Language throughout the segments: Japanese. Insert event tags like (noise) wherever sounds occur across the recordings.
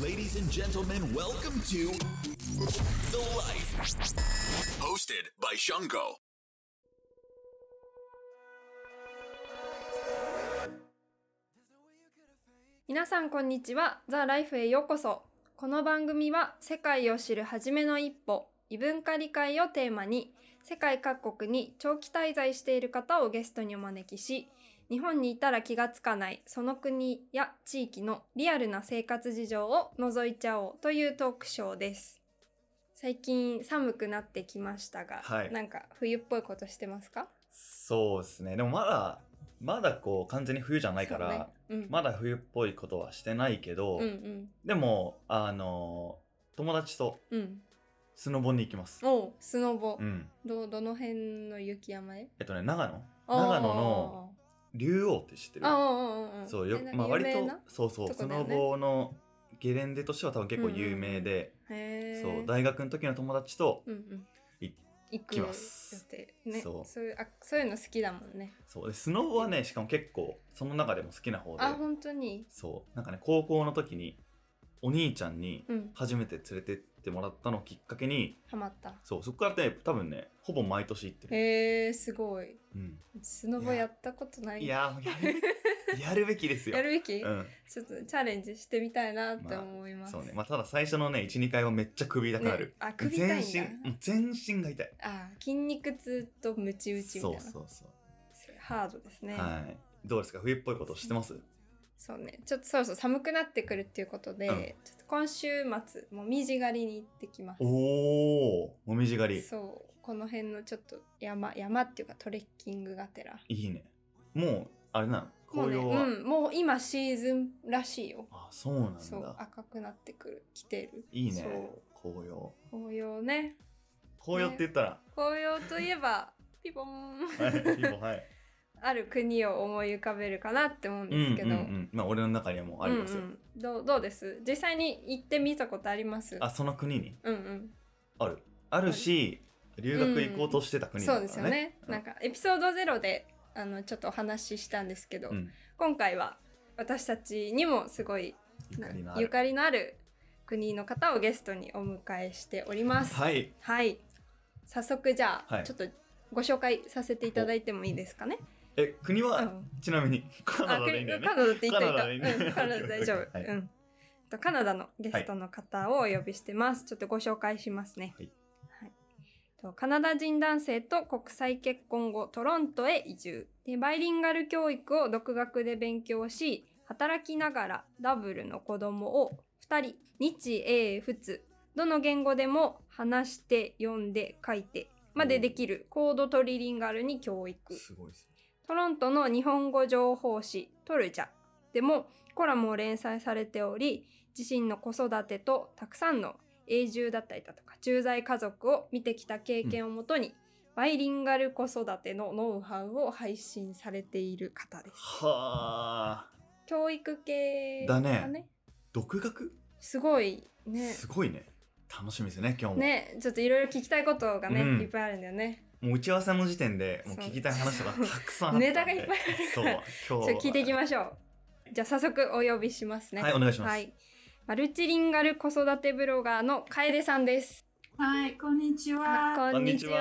Ladies and gentlemen, welcome to The Life. Hosted by Shungo. 皆さんこんにちは。ザ・ライフへようこそ。この番組は世界を知る初めの一歩、異文化理解をテーマに、世界各国に長期滞在している方をゲストにお招きし、日本にいたら気がつかないその国や地域のリアルな生活事情を覗いちゃおうというトークショーです。最近寒くなってきましたが、はいなんか冬っぽいことしてますかそうですね。でもまだ、まだこう完全に冬じゃないから、そうねうん、まだ冬っぽいことはしてないけど、うんうんでも、あの、友達とうん。スノボに行きます。おうスノボ、うん。どどの辺の雪山へえっとね、長野長野の竜王って知ってるあーあーあーあーそう、えよなまあ割有と名な、そうそう、とこスだよノねボのゲレンデとしては多分結構有名で、へーそう、大学の時の友達と、うんうんい行くき予ます定ねそそうういうあそういうの好きだもんねそう、でスノボはね、しかも結構、その中でも好きな方であ、本当にそう、なんかね、高校の時に、お兄ちゃんに、うん初めて連れてってもらったのをきっかけにハマったそうそこからね多分ねほぼ毎年行ってる、へえすごいうん、スノボやったことないいやーやるべき (laughs) やるべきですよやるべき、うんちょっとチャレンジしてみたいなって思います、そうね、まあ、ただ最初のね12回はめっちゃ首痛くなる、ねあ首痛いんだ全身もう全身が痛いあー筋肉痛とムチ打ちみたいそうなそうそう、ハードですね、はいどうですか冬っぽいことしてますそうねちょっとそろそろ寒くなってくるっていうことで、うんちょっと今週末もみじ狩りに行ってきますおおもみじ狩りそうこの辺のちょっと山山っていうかトレッキングがてらいいねもうあれなのもう紅ね葉は、うんもう今シーズンらしいよあそうなんそうだ赤くなってくる来てるいいねそう紅葉紅葉ね紅葉って言ったら、紅葉といえ (laughs) ばピボーンはい (laughs) ピボ (laughs) はいある国を思い浮かべるかなって思うんですけどうんうんうん、まあ俺の中にはもうありますよ、うんうんどうどうです実際に行ってみたことありますあその国にうんあるあるし、留学行こうとしてたうん国そだうかですよらねね、なんかエピソードゼロであのちょっとお話ししたんですけど、うん、今回は私たちにもすごいゆかりのあゆるかりのある国の方をゲストにお迎えしております。はい、はい早速じゃあ、はいちょっとご紹介させていただいてもいいですかね。え国は、うんちなみにカナあダでいいんだよねカナダって言っといた。うんカカナナダでダで大丈夫。はいうん。えっとカナダのゲストの方をお呼びしてます。ちょっとご紹介しますね。はいはいえっとカナダ人男性と国際結婚後トロントへ移住でバイリンガル教育を独学で勉強し働きながらダブルの子供を2人日英仏どの言語でも話して読んで書いてまでできるコードトリリンガルに教育すごいですねトロントの日本語情報誌トルジャでもコラムを連載されており、自身の子育てとたくさんの永住だったりだとか駐在家族を見てきた経験をもとに、バイリンガル子育てのノウハウを配信されている方です。はあ教育系だね独学、すごいね。すごいね楽しみですね今日も、ね、ちょっといろいろ聞きたいことがね、うんいっぱいあるんだよね。もう打ち合わせの時点でもうそう聞きたい話とかたくさんあったんでネタがいっぱいそうちょ今っ日と聞いていきましょう。じゃあ早速お呼びしますね。はいお願いします、はい。マルチリンガル子育てブロガーの楓さんです。はい、こんにちは。ここんんににちちは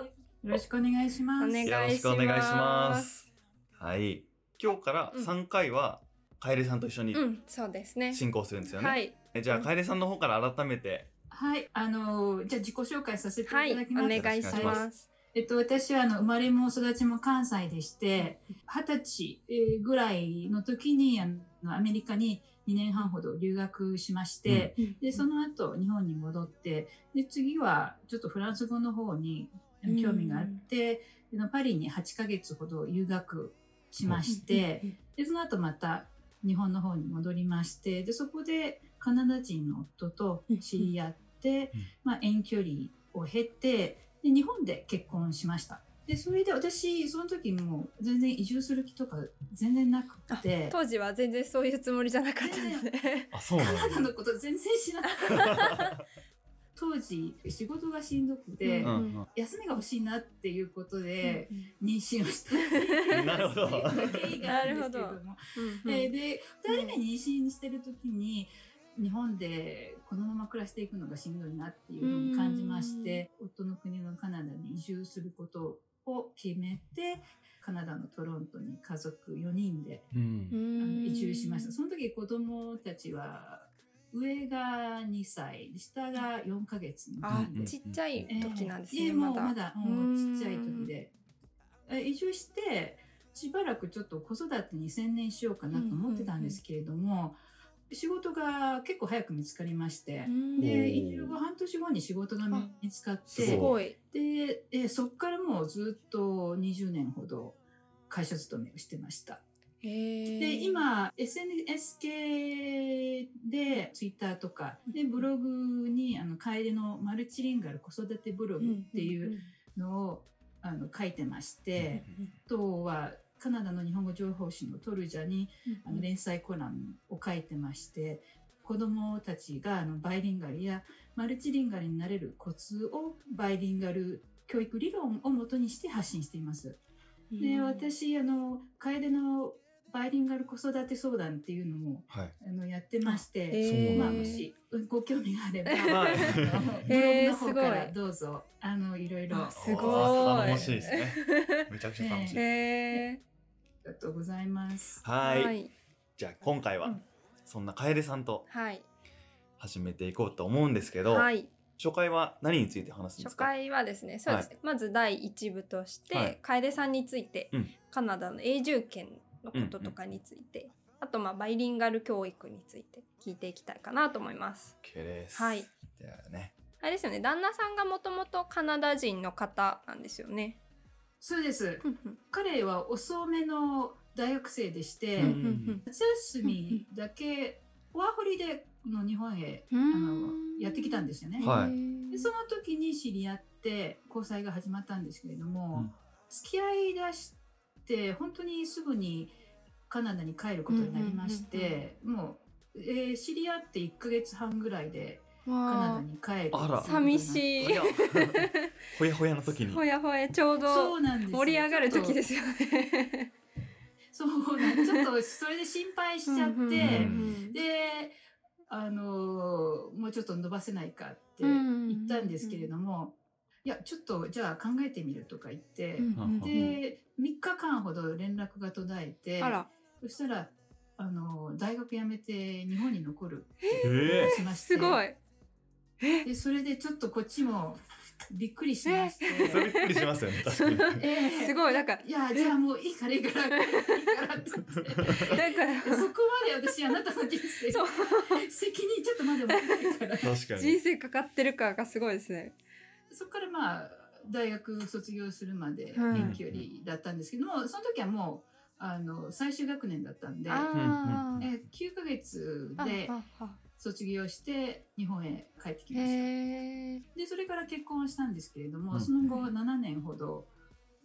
は。よろしくお願いします。お願いしよろしくお願いしますはい今日からうん3回は、楓さんと一緒にうん、そうですね。進行するんですよね、はい。えじゃあ楓さんの方から改めてはい、あのー、じゃあ自己紹介させていはい。たおだきます。願いしよろしくお願いしま。ますえっと、私はあの生まれも育ちも関西でして、二十歳えーぐらいの時にあのアメリカに2年半ほど留学しまして、うんで、その後日本に戻って、で、次はちょっとフランス語の方にあの興味があって、あのパリに8ヶ月ほど留学しまして、でその後また日本の方に戻りましてでそこでカナダ人の夫と知り合って、うんまあ、遠距離を経てで日本で結婚しましたでそれで私その時もう全然移住する気とか全然なくて当時は全然そういうつもりじゃなかったですね。あそうなカんだナダのこと全然知らなくて当時仕事がしんどくて、うん休みが欲しいなっていうことで妊娠をしたんなるほど経緯があるんですけれどもうんうんえーで2人目妊娠してる時に日本でこのまま暮らしていくのがしんどいなっていうのを感じまして夫の国のカナダに移住することを決めてカナダのトロントに家族4人でうんあの移住しました。その時子供たちは上が2歳下が4ヶ月のあ時でちっちゃい時なんですえね、えまもうだ。まだ、うんうんちっちゃい時でえ移住してしばらくちょっと子育てに専念しようかなと思ってたんですけれども、仕事が結構早く見つかりましてう、んおでー移住後半年後に仕事が見つかっあすてごい。でえそこからもうずっと20年ほど会社勤めをしてました。へーで、今 SNS 系で Twitter とかでブログにあの楓のマルチリンガル子育てブログっていうのをあの書いてまして、あとはカナダの日本語情報誌のトルジャにあの連載コラムを書いてまして、子どもたちがあのバイリンガルやマルチリンガルになれるコツをバイリンガル教育理論をもとにして発信しています。で私あの楓のバイリンガル子育て相談っていうのもはい。あのやってまして、えーまあ、もしうんご興味があ (laughs) れば、はいあのブえーログの方からすごいどうぞあのいろいろあすごい楽しいですね。めちゃくちゃ楽しい。へありがとうございます。ーはい。い。じゃあ今回うはんそんな楓さんとはい。始めていこうと思うんですけど、はい。初回は何について話すんで初すか。回はですね、そうですね。まず第一部として、はい楓さんについて、うんカナダの永住権のこととかについて、あとまあバイリンガル教育について聞いていきたいかなと思います。 OK です。はい。じゃあ (laughs) ね。あれですよね、旦那さんがもともとカナダ人の方なんですよね。そうです。ふんふん彼は遅めの大学生でして、うん夏休みだけワーホリでこの日本へ、うあのんやってきたんですよね。はいいでその時に知り合って交際が始まったんですけれどうも、ん付き合いだして本当にすぐにカナダに帰ることになりまして、もう、えー知り合って1ヶ月半ぐらいでカナダに帰るあら寂しいほやほやほやの時にほ。やほやちょうそどうなんですよ盛り上がる時ですよね。そうなんちょっとそれで心配しちゃって、うんうんうんであのーもうちょっと伸ばせないかってうんうんうん言ったんですけれども、いやちょっとじゃあ考えてみるとか言って、うんで、3日間ほど連絡が途絶えてあらそしたらあのー大学辞めて日本に残るえしましてすごい。でそれでちょっとこっちもびっくりしまして。え。それびっくりしますよね。確かに。ええすごいなん (laughs) かいやじゃあもういいからいいからいいからって (laughs) 言ってなんかそこまで私あなたの人生そう責任ちょっとまだ持ってないから確かに人。生かかってる感がすごいですね。そこからまあ大学卒業するまではい遠距離だったんですけども、その時はもうあの最終学年だったんで、あえ9ヶ月ーであああ卒業して日本へ帰ってきました。へえ。でそれから結婚したんですけれども、うんその後7年ほど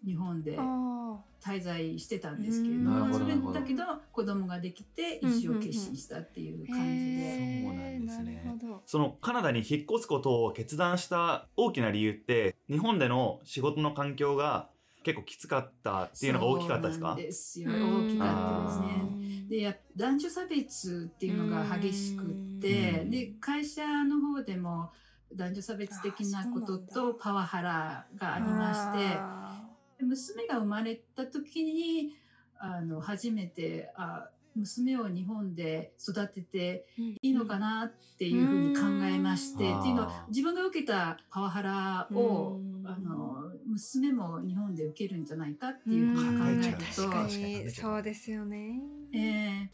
日本であ滞在してたんですけれどなるもほそどれなるほどだけど子供ができて一生決心したっていうあ。感じで。へーそうなんですねなるほど。そのカナダに引っ越すことを決断した大きな理由って日本での仕事の環境が結構きつかったっていうのが大きかったですそうなかんですよ大きかったですね。でや男女差別っていうのが激しくってうんで会社の方でも男女差別的なことあそうなとんだパワハラがありましてで娘が生まれた時にあの初めてあ娘を日本で育ててしていいのかなっていうふうに考えまして、うんっていうのあはー自分が受けたパワハラを、うんあの娘も日本で受けるんじゃないかっていうふうに考えると、確か確かに考えちゃにうそうですよね。えー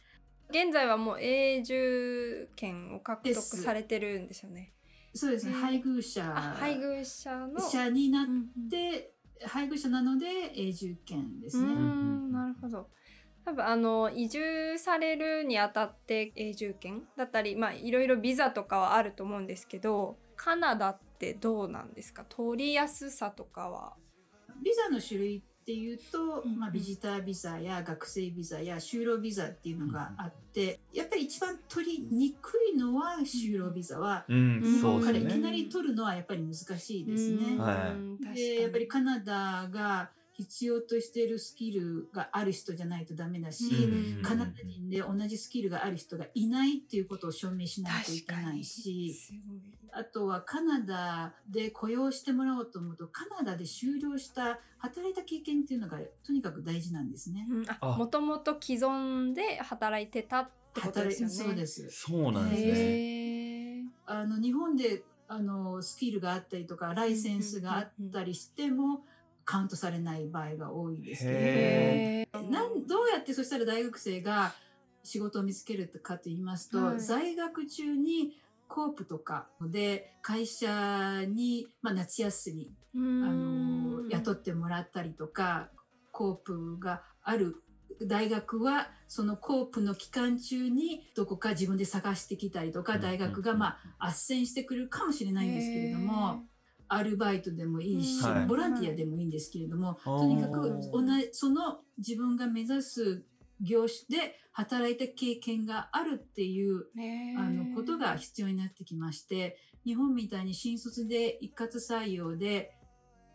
現在はもう永住権を獲得ですされてるんですよね。そうですね、えー配偶者あ配偶者の。者になっうんうんて、配偶者なので永住権ですうーね。んなるほど多分あの移住されるにあたって永住権だったりまあいろいろビザとかはあると思うんですけどカナダってどうなんですか取りやすさとかはビザの種類っていうと、うんまうあ、んビジタービザや学生ビザや就労ビザっていうのがあって、やっぱり一番取りにくいのは就労ビザは、うん、うん日そ本うからでいすきね。なり取るのはやっぱり難しいですね。うーんはい確かにでやっぱりカナダが必要としているスキルがある人じゃないとダメだし、うんカナダ人で同じスキルがある人がいないっていうことを証明しないとい確けかないに。し。すごい。あとはカナダで雇用してもらおうと思うとカナダで終了した働いた経験っていうのがとにかく大事なんですね。うんああもともと既存で働いてたってことで働いすよね。そうですそうなんですね。へーあの日本であのスキルがあったりとかライセンスがあったりしてもカウントされない場合が多いですね。へなんどうやってそしたら大学生が仕事を見つけるかと言いますと、はい在学中にコープとかで会社に、まあ、夏休みああの雇ってもらったりとかコープがある大学はそのコープの期間中にどこか自分で探してきたりとか大学がまあ斡旋してくれるかもしれないんですけれどもアルバイトでもいいしうんはいボランティアでもいいんですけれどもあーとにかく同じその自分が目指す業種で働いた経験があるっていうあのことが必要になってきまして日本みたいに新卒で一括採用で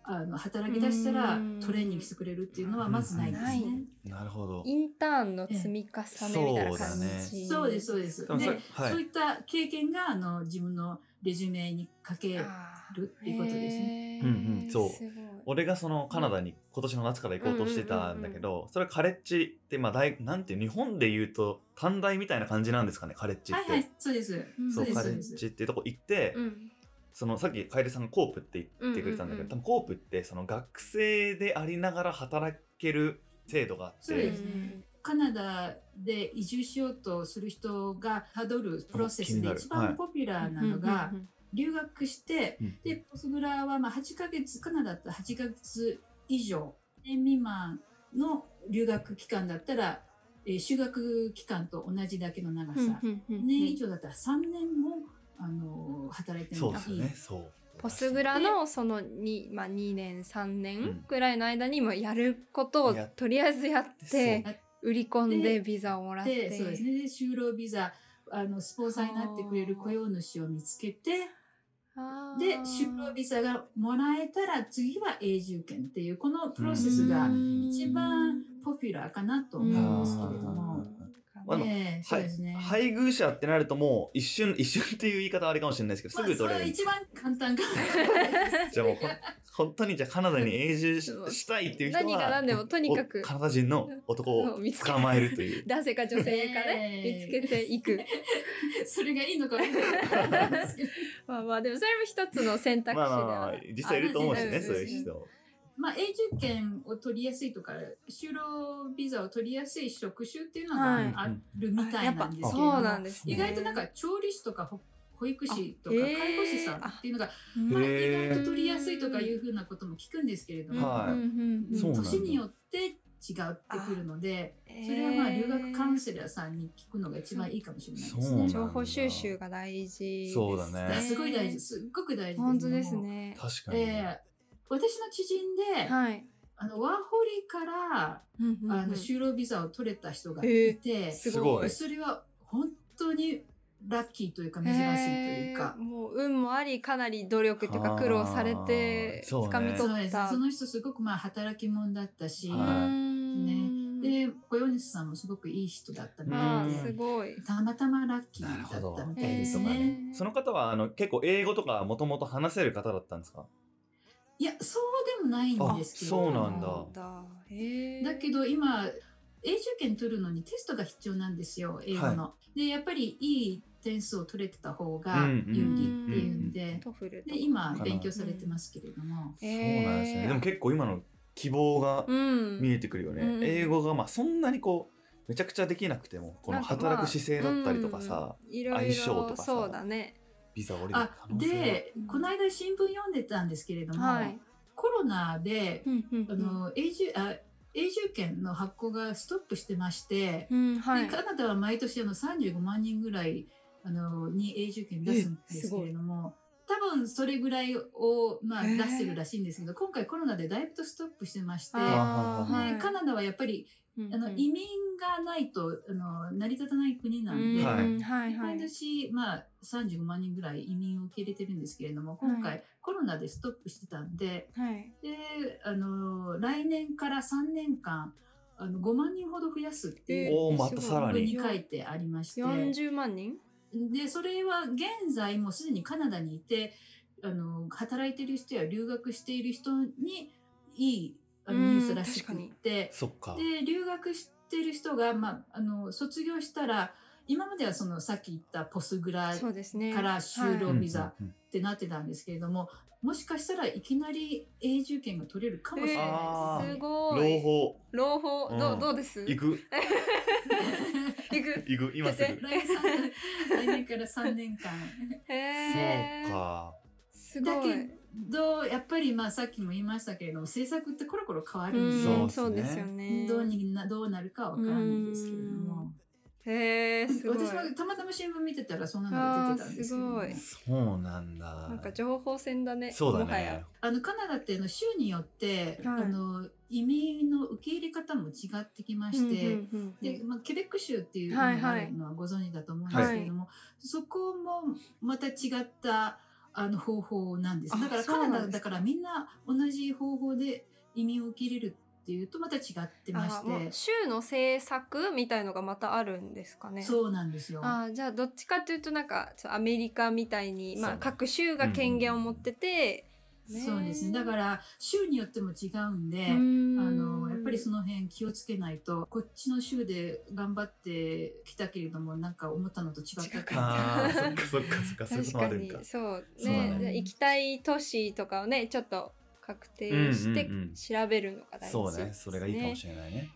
あの働き出したらうんトレーニングしてくれるっていうのはまずないですないね。なるほど。インターンの積み重ねみたいな感じ。そうですそうです。多分で、それはいそういった経験があの自分のレジュメにかけるあーっていうことですね。へーうんうんそうすごい俺がそのカナダに今年の夏から行こうとしてたんだけど、それはカレッジってまあ大なんていう日本で言うと短大みたいな感じなんですかねカレッジっはて、いはいそうです。うんそうですカレそうッですジっていうとこ行って、うんそのさっき楓さんがコープって言ってくれてたんだうんうけど、んうん多分コープってその学生でありながら働ける制度があっそうでてすカナダで移住しようとする人がたどるプロセあ気スになでる一番ポピュラーなのがうんうん留学してうんで、ポスグラはまあ8ヶ月、カナダだったら8ヶ月以上、年未満の留学期間だったら、えー修学期間と同じだけの長うんさ、うんうんうん年以上だったら3年も、あのー働いてそうもですいよい。ねそうポスグラのその 2,、まあ、2年3う年んぐらいの間にもやることをやっとりあえずやってそう売り込んでビザをもらってで、そうですね。で、就労ビザ、あの、スポンサーになってくれる雇用主を見つけて、あーで、就労ビザがもらえたら次は永住権っていう、このプロセスが一番ポピュラーかなと思うんですけれども。うんあのねえそうですね。配偶者ってなるともう一瞬一瞬っていう言い方はあれかもしれないですけどすぐ取まあ、それれはる、一番簡単か (laughs) じゃあもうほん本当にじゃあカナダに永住しそうしたいっていう人は何が何でもとにかくおカナダ人の男をそう見つけ捕まえる (laughs) という男性か女性かね、ねえ見つけてい (laughs) くそれがいいのかわからないですけどまあまあでもそれも一つの選択肢でまあまあまあまはあ実際いると思うしねあそういう人まあ永住権を取りやすいとか就労ビザを取りやすい職種っていうのがはいあるみたやいっなぱんですけれども、そうなんです、ね、意外となんか調理師とか保保育士とかあへえ介護士さんっていうのが、うんまあ、へえ意外と取りやすいとかいうふうなことも聞くんですけれども、はいうんうんうんそうなんだ年によって違ってくるのでそれはまあ留学カウンセラーさんに聞くのが一番いいかもしれないですそうなねん。だ情報収集が大事です、ね、そうだねいやすごい大事すっごく大事本当ですもうね確かに、ええ私の知人で、はい、あのワーホリから、うんうんうんあの就労ビザを取れた人がいて、すすごごいいそれは本当にラッキーというか珍しいというかへー、もう運もありかなり努力というか苦労されてあーそうね掴みそ取うでっすたその人すごくまあ働き者だったし、うはーいんで雇用主さんもすごくいい人だったみまたあいうんすで、ごいたまたまラッキなるーだほどったみたいですとかね。その方はあの結構英語とかもともと話せる方だったんですかいやそうでもないんですけれどもあそうなんだだへーだけど今永住権取るのにテストが必要なんですよ英語の。でやっぱりいい点数を取れてた方がうんうん有利っていうんで,、トフルとかで今勉強されてますけれども、へーそうなんですねでも結構今の希望がうん見えてくるよね、うん英語がまあそんなにこうめちゃくちゃできなくてもこの働く姿勢だったりとかさ、うんいろいろ相性とかさそうだねビザ降りるあ可能性がでこの間新聞読んでたんですけれども、はいコロナで、うんうんうんあの永住あ永住権の発行がストップしてまして、うんはいでカナダは毎年あの35万人ぐらいあのに永住権出すんですけれども多分それぐらいを、まあ、へ出ーしてるらしいんですけど今回コロナでだいぶとストップしてまして、あーねはいねカナダはやっぱりあの移民がないとあの成り立たない国なんで、うんははいいはい毎年、まあ、35万人ぐらい移民を受け入れてるんですけれども今は回コロナでストップしてたんではいであの来年から3年間あの5万人ほど増やすっていうおーまたさらここにに書いてありまして40万人でそれは現在もうすでにカナダにいてあの働いてる人や留学している人にいいあのうんニュースらしくって。そっか。で留学してる人が、まあ、あの卒業したら今まではそのさっき言ったポスグラそうですねから就う労んビザうんってなってたんですけれども、もしかしたらいきなり永住権が取れるかもしれはないえいーですすね。うんご朗い報朗報どううんどうです行くく行く行 (laughs) く今すぐ。来三来年から3年間。へーそうか。すだごいけどやっぱりまあさっきも言いましたけれども政策ってコロコロ変わるうんで、んそそううでですすねよねどうになどうなるかわからないですけれども。へえすごい私もたまたま新聞見てたらそんなのあが出てたんーですすけれどもごいそうなんだ。なんか情報戦だねそうだもはやね。あのカナダっていうの州によって、はいあの移民の受け入れ方も違ってきまして、うんうんうんうんでまあ、ケベック州っていうのはいがはあいるのはご存知だと思うんですけれども、そこもまた違ったあの方法なんですあだからそうなカナんダですだからみんな同じ方法で移民を受け入れるっていうとまた違ってまあしーもうて州の政策みたいのがまたあるんですかねそうなんですよ。あーじゃあどっちかというとなんかちょっとアメリカみたいに、まそあ、う各州が権限を持ってて、そうですねだからら州によっても違うんで、ああのやっぱりそのの辺気をつけないとこっちの州で頑張ってきたけれどもなんか思ったのと違った違っかたらああ、そっかそっかそっか、そうい確うこともかあるんにか。そうそうだねねじゃあ行きたい都市とかをねちょっと確定してうんうんうん調べるのが大事そうね、それがいいかもれしれないね。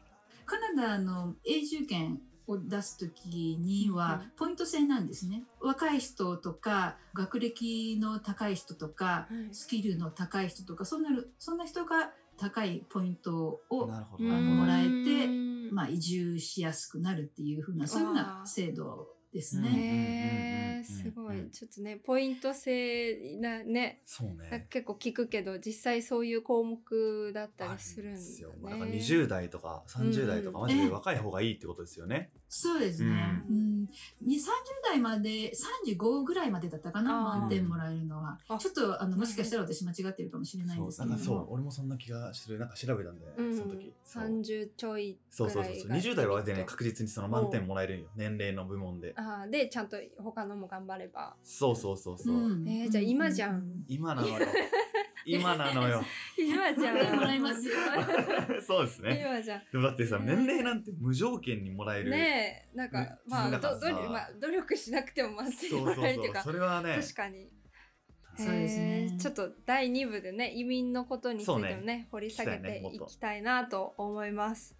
カナダの永住権を出す時にはうんポイント制なんですね若い人とか学歴の高い人とかはいスキルの高い人とかそんなるそんな人が高いポイントをなるほうど。んなるほもどらえてうんまあ移住しやすくなるっていうふうなそういうふうな制度ですうんね。へうんうんうんーうんすごいちょっとねポイント制なねそうなんかね。結構聞くけど実際そういう項目だったりするんでだすよ。ね。まあなんか20代とか30代とか、うんマジで若い方がいいってことですよね。そうですね。ううんん、に30代まで35ぐらいまでだったかなあー満点もらえるのはあ。ちょっとあのもしかしたら私間違ってるかもしれないんですそけう、どなんも。かそう、俺もそんな気がする。なんか調べたんだようね、んその時。そう30ちょいそうそうそうそう。20代はね、確実にその満点もらえるんよ。年齢の部門で。ああでちゃんと他のも頑張ればそうそうそうそう。うんえーじゃあ今じゃん。今なのよ。今なのよ。今じゃんこれもらいますよそうですね。今じゃんでもだってさ、ね年齢なんて無条件にもらえる。ねえなんねかまあだからどさどりまあ努力しなくてもまずそうそうもらえるそというう。かそれはね、確かに。そうですねへーちょっと第2部でね移民のことについてもねそ掘うり下げてい聞きたいねもっときたいなと思います。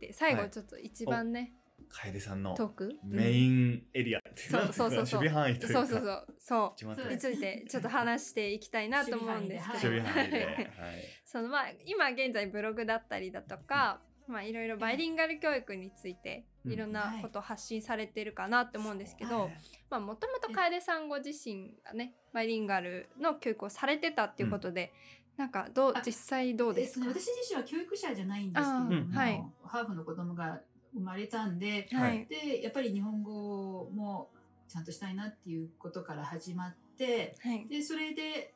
で最は後いちょっと一番ね、楓さんのトークメインエリアってそうなんていかそうそうそう守備範囲というそかうそうそうそ決まって (laughs) うるについてちょっと話していきたいなと思うんですはいけど守備範囲で、はい、 (laughs) そのまあ今現在ブログだったりだとかまあいろいろバイリンガル教育についてうんいろんなことを発信されてるかなって思うんですけどまあもともと楓さんご自身がねバイリンガルの教育をされてたっていうことでなんかどうあ実際どうですかえっとね私自身は教育者じゃないんですけれどあーも、はいハーフの子供が生まれたんではいでやっぱり日本語もちゃんとしたいなっていうことから始まってはいでそれで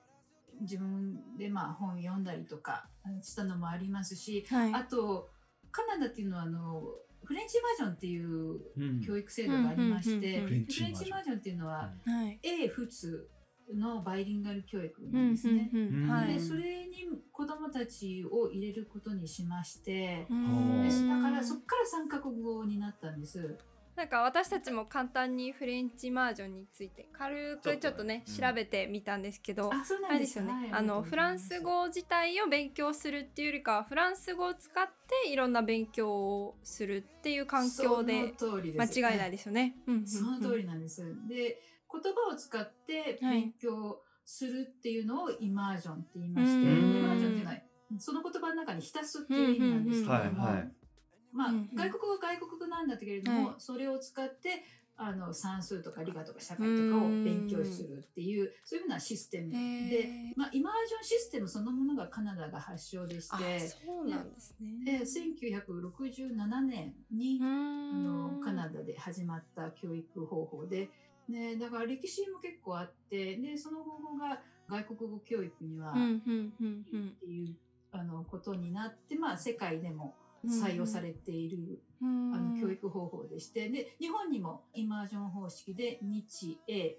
自分でまあ本読んだりとかしたのもありますしあはいとカナダっていうのはあのフレンチバージョンっていううん教育制度がありまして、うんうんうんうんフレンフチレバンージョンチバージョンっていうのははい A 普通のバイリンガル教育うなんんですね。うんうんうんはいでそれに子どもたちを入れることにしましてう、でんだからそこから三カ国語になったんです。なんか私たちも簡単にフレンチマージョンについて軽くちょっとねちょっとね調べてみたんですけど、あ、そうあなんれでですすよよね、はいありのがとうございますフランス語自体を勉強するっていうよりかはフランス語を使っていろんな勉強をするっていう環境でその通りで間す違いないですよね。うんうんうんその通りなんです。で、言葉を使ってはい勉強するっていうのをイマージョンって言いまして、うイんマージョンっていうのはその言葉の中に浸すっていう意味なんですけどうも、んうんうんはいはいまあ、うんうん外国語は外国語なんだけれども、はいそれを使ってあの算数とか理科とか社会とかを勉強するっていうそういうふうなシステムへーで、まあ、イマージョンシステムそのものがカナダが発祥でしあてそうなんですね。で1967年に、あのカナダで始まった教育方法で、ね、だから歴史も結構あってでその方法が外国語教育にはうんっうんうんうんていう、あのことになって、まあ、世界でもうん採用されている、うんあの教育方法でしてで日本にもイマージョン方式で日英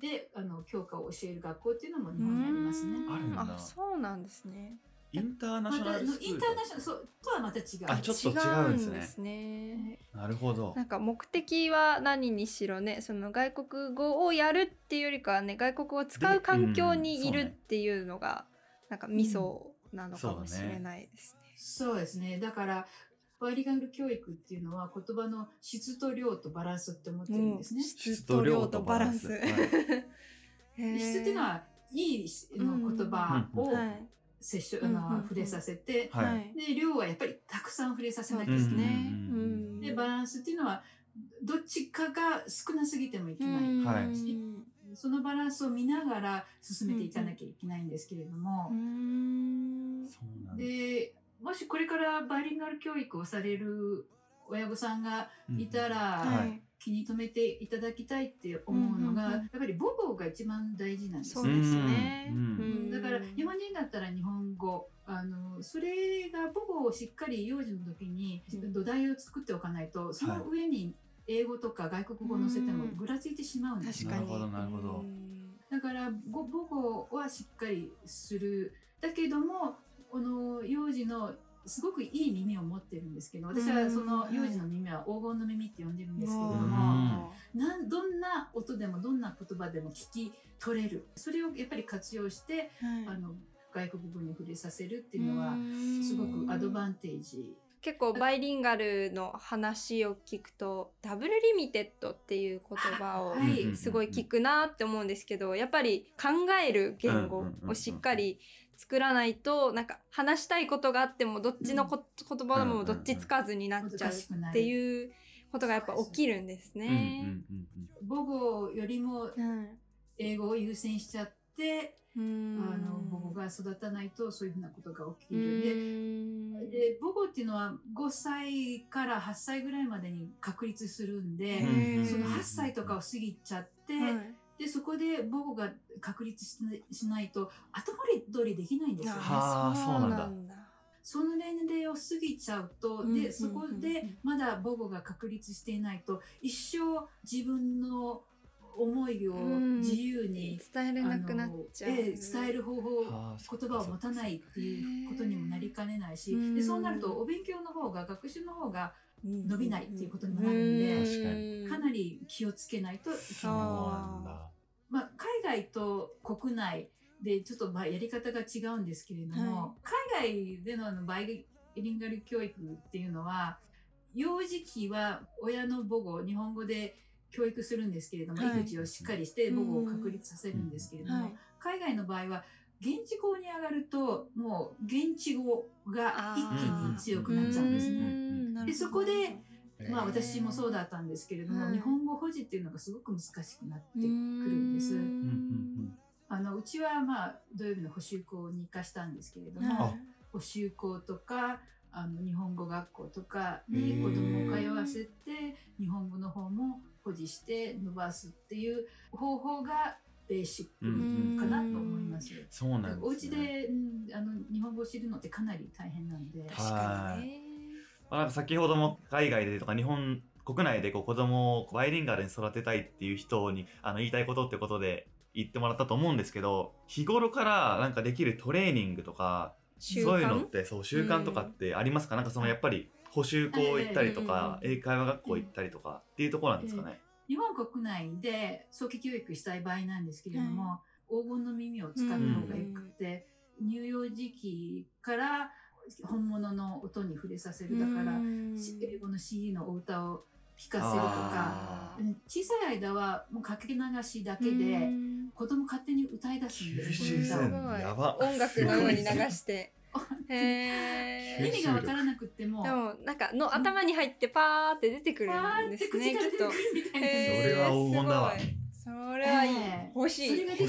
であの教科を教える学校っていうのも日本にありますね。あるんだあ、そうなんですね。インターナまショたナあルのスクイーンルターナショナルそうとはまた違う。あちょっと違うんです違ねねなるほどなんか目的は何にしろねその外国語をやるっていうよりかはね外国語を使う環境にいでうんるそうっねていうのがなんかミソなのかもしれないですね。そうですね。だから、バイリガル教育っていうのは言葉の質と量とバランスって思ってるんですね。質と量とバランス。質と量とバラン (laughs) スへー質っていうのはいいしうのん言葉をはい接触、うんあうんうんの触れさせて、はいで量はやっぱりたくさん触れさせなきそうゃいでけすない。ね。うんうんでバランスっていうのはどっちかが少なすぎてもいけない。うんはいそのバランスを見ながら進めていかなきゃいけないんですけれども。うんそうなんだでもしこれからバイリンガル教育をされる親御さんがいたら、はいはい気に留めていただきたいって思うのが、うんうんうんやっぱり母語が一番大事なんですそようね。ですね。うんうんだから日今本人だったら日本語あのそれが母語をしっかり幼児の時にうん土台を作っておかないとその上に英語とか外国語を載せてもぐらついてしまうんです確かよ、に。なるほどなるほどうんだからご母語はしっかりするだけどもこの幼児のすごくいい耳を持ってるんですけど私はその幼児の耳は黄金の耳って呼んでるんですけれども。あなんどんな音でもどんな言葉でも聞き取れるそれをやっぱり活用して、ーはいあの外国語に触れさせるっていうのはすごくアドバンテージ。結構バイリンガルの話を聞くとダブルリミテッドっていう言葉をはいうんうんうんすごい聞くなって思うんですけどやっぱり考える言語をしっかり作らないとなんか話したいことがあってもどっちのこ言葉でもどっちつかずになっちゃうっていうことがやっぱ起きるんですうんうんね。うんうん母語よりも英語を優先しちゃって、うんあの母語が育たないとそういうふうなことが起きうる。んでで母語っていうのは5歳から8歳ぐらいまでに確立するんで、うんその8歳とかを過ぎちゃって、はいでそこで母語が確立しないしないと後戻りできないんですよね。はあーそうなんだだ。その年齢を過ぎちゃううと、んうんうんでそこでまだ母語が確立していないと一生自分の思いをうん自由に、伝えれなくなあっのちゃう。ええ伝える方法はあそっか言葉を持たないっていうことにもなりかねないし、うんでそうなるとお勉強の方が学習の方が伸伸びないっていうことにもなるんで確かかなり気をつけないといけそうない。なんだまあ、海外と国内でちょっとまあやり方が違うんですけれども、は海外でのあのバイリンガル教育っていうのは幼児期は親の母語日本語で教育するんですけれども、はい育児をしっかりして母語を確立させるんですけれども、はい海外の場合は現地語に上がるともう現地語が一気に強くなっちゃうんですね。ねでそこでうんまあ私もそうだったんですけれども、はい。日本語保持っていうのがすごく難しくなってくるんです。うんうんあのうちはまあ土曜日の補習校に活かしたんですけれども、あ補習校とかあの日本語学校とかへにー子供を通わせて日本語の方も保持して伸ばすっていう方法がベーシッうんクかなと思いますす。そうなんです、ね、お家で、うん、あの日本語を知るのってかなり大変なんで、確かにね。まあなんか先ほども海外でとか日本国内でこう子供をバイリンガルに育てたいっていう人にあの言いたいことってことで言ってもらったと思うんですけど日頃からなんかできるトレーニングとか習そういうの慣ってそう習慣とかってありますか、なんかそのやっぱり補習校行ったりとか、ええ英会話学校行ったりとかっていうところなんですかね、日本国内で早期教育したい場合なんですけれども、黄金の耳を使った方がよくて、乳幼児期から本物の音に触れさせるだから、し英語の CD のお歌を聴かせるとかあうん小さい間はもうかけ流しだけで子供勝手に歌い出すんです九州この歌を線やば音楽のように流して。へ意え。味が分からなくって (laughs) もでもなんかの頭に入ってパーって出てくるパーんっでてす口ねからきっ出てくとる。みたいな。それは黄金だわへーすごいそれはいい。ええ欲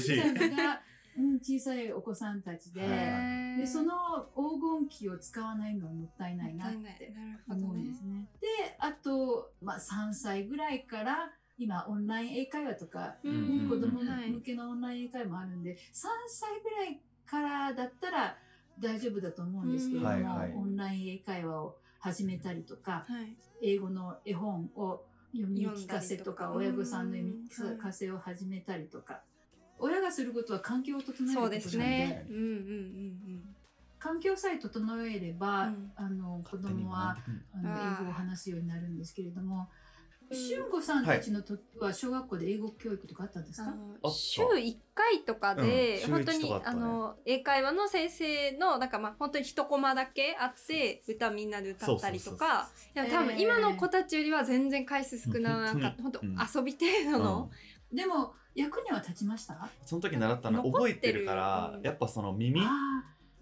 そしれい。ができたのが、うん、小さいお子さんたちでは、いでその黄金期を使わないのはもったいないなってもったいないなる思ほどうんねですね。であと、まあ、3歳ぐらいから今オンライン英会話とか、ううんうんん子供はい向けのオンライン英会話もあるんで3歳ぐらいからだったら大丈夫だと思うんですけれども、うんはいはいオンライン英会話を始めたりとかはい。英語の絵本を読み聞かせとか読んだりとか親御さんの読みうんはい聞かせを始めたりとか、親がすることは環境を整えるこそとうなでのすで、ね。うんうん環境さえ整えれば、うんあの子供はああのー英語を話すようになるんですけれども、うん俊吾さんたちの時は小学校で英語教育とかあったんですうんうか？ん。ああのった週1回とかで、うん本当週一にとかあったあねの英会話の先生のなんかまあ本当に一コマだけあって歌みんなで歌ったりとかいや多え分ー今の子たちよりは全然回数少なかった本 (laughs) 本当当に遊び程度の、でも役には立ちました？その時習ったのは覚えてるから残ってるやっぱその耳あ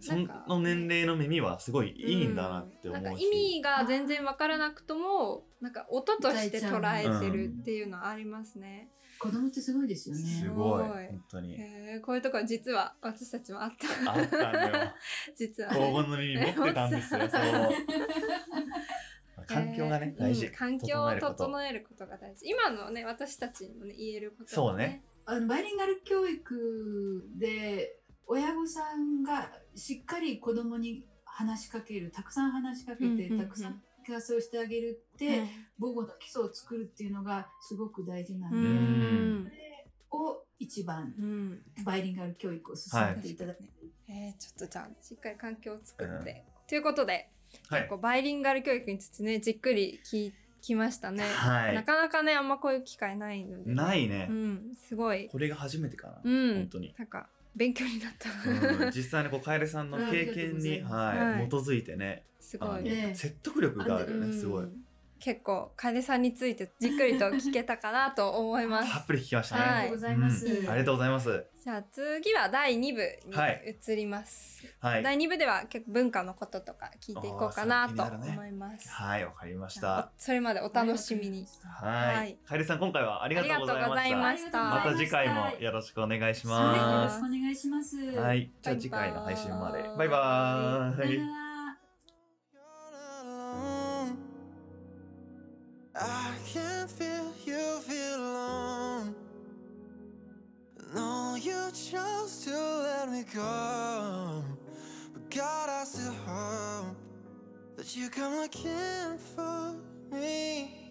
その年齢の耳はすごいいいんだなって思うし、なんか意味が全然わからなくともなんか音として捉えてるっていうのはありますね。ー子供ってすごいですよすね。ごいすごい本当にへーこういうところ実は私たちもあった。あったんだよ (laughs) 実は黄。金の耳持ってたんですよそう環境がねえー大事、うん環境をえること整えることが大事。今のね私たちにもね言えることそうもね。あのバイリンガル教育で親御さんがしっかり子供に話しかける、たくさん話しかけうんて、うんうんたくさん聞かせをしてあげるって、うん母語の基礎を作るっていうのがすごく大事なうんで、ん。を一番うん。バイリンガル教育を進めていただく、えーちょっとじゃあしっかり環境を作って、ということで、はい結構バイリンガル教育についてねじっくり聞きましたね。はいなかなかねあんまこういう機会ないので。ないね、うん、すごい。これが初めてかな、うん本当に、なんか勉強になった。うん実際にこうカエルさんの経験に、うんはいはい基づいてねすあごのい。ね説得力があるようねんすごい。結構楓さんについてじっくりと聞けたかなと思いまたす。っぷり聞きましたね、はいありがとうございます、うんありがとうございますじゃあ次は第2部はいに移ります。はい第2部では結構文化のこととか聞いていこうかなあーとそう気になるね思います。はいわかりましじゃあたそれまでお楽しみに。はい、はいカエルさん今回はありがとうございありがとうごまざしいたままあしりがとうございましたたた次回もよろしくお願いしはいよまろすしくお願いしますはい、じゃあ次回の配信まで。バイバさーイよ。なら alone. I can feel you belong. No, you chose to let me go. But God, I still hope that you come looking for me.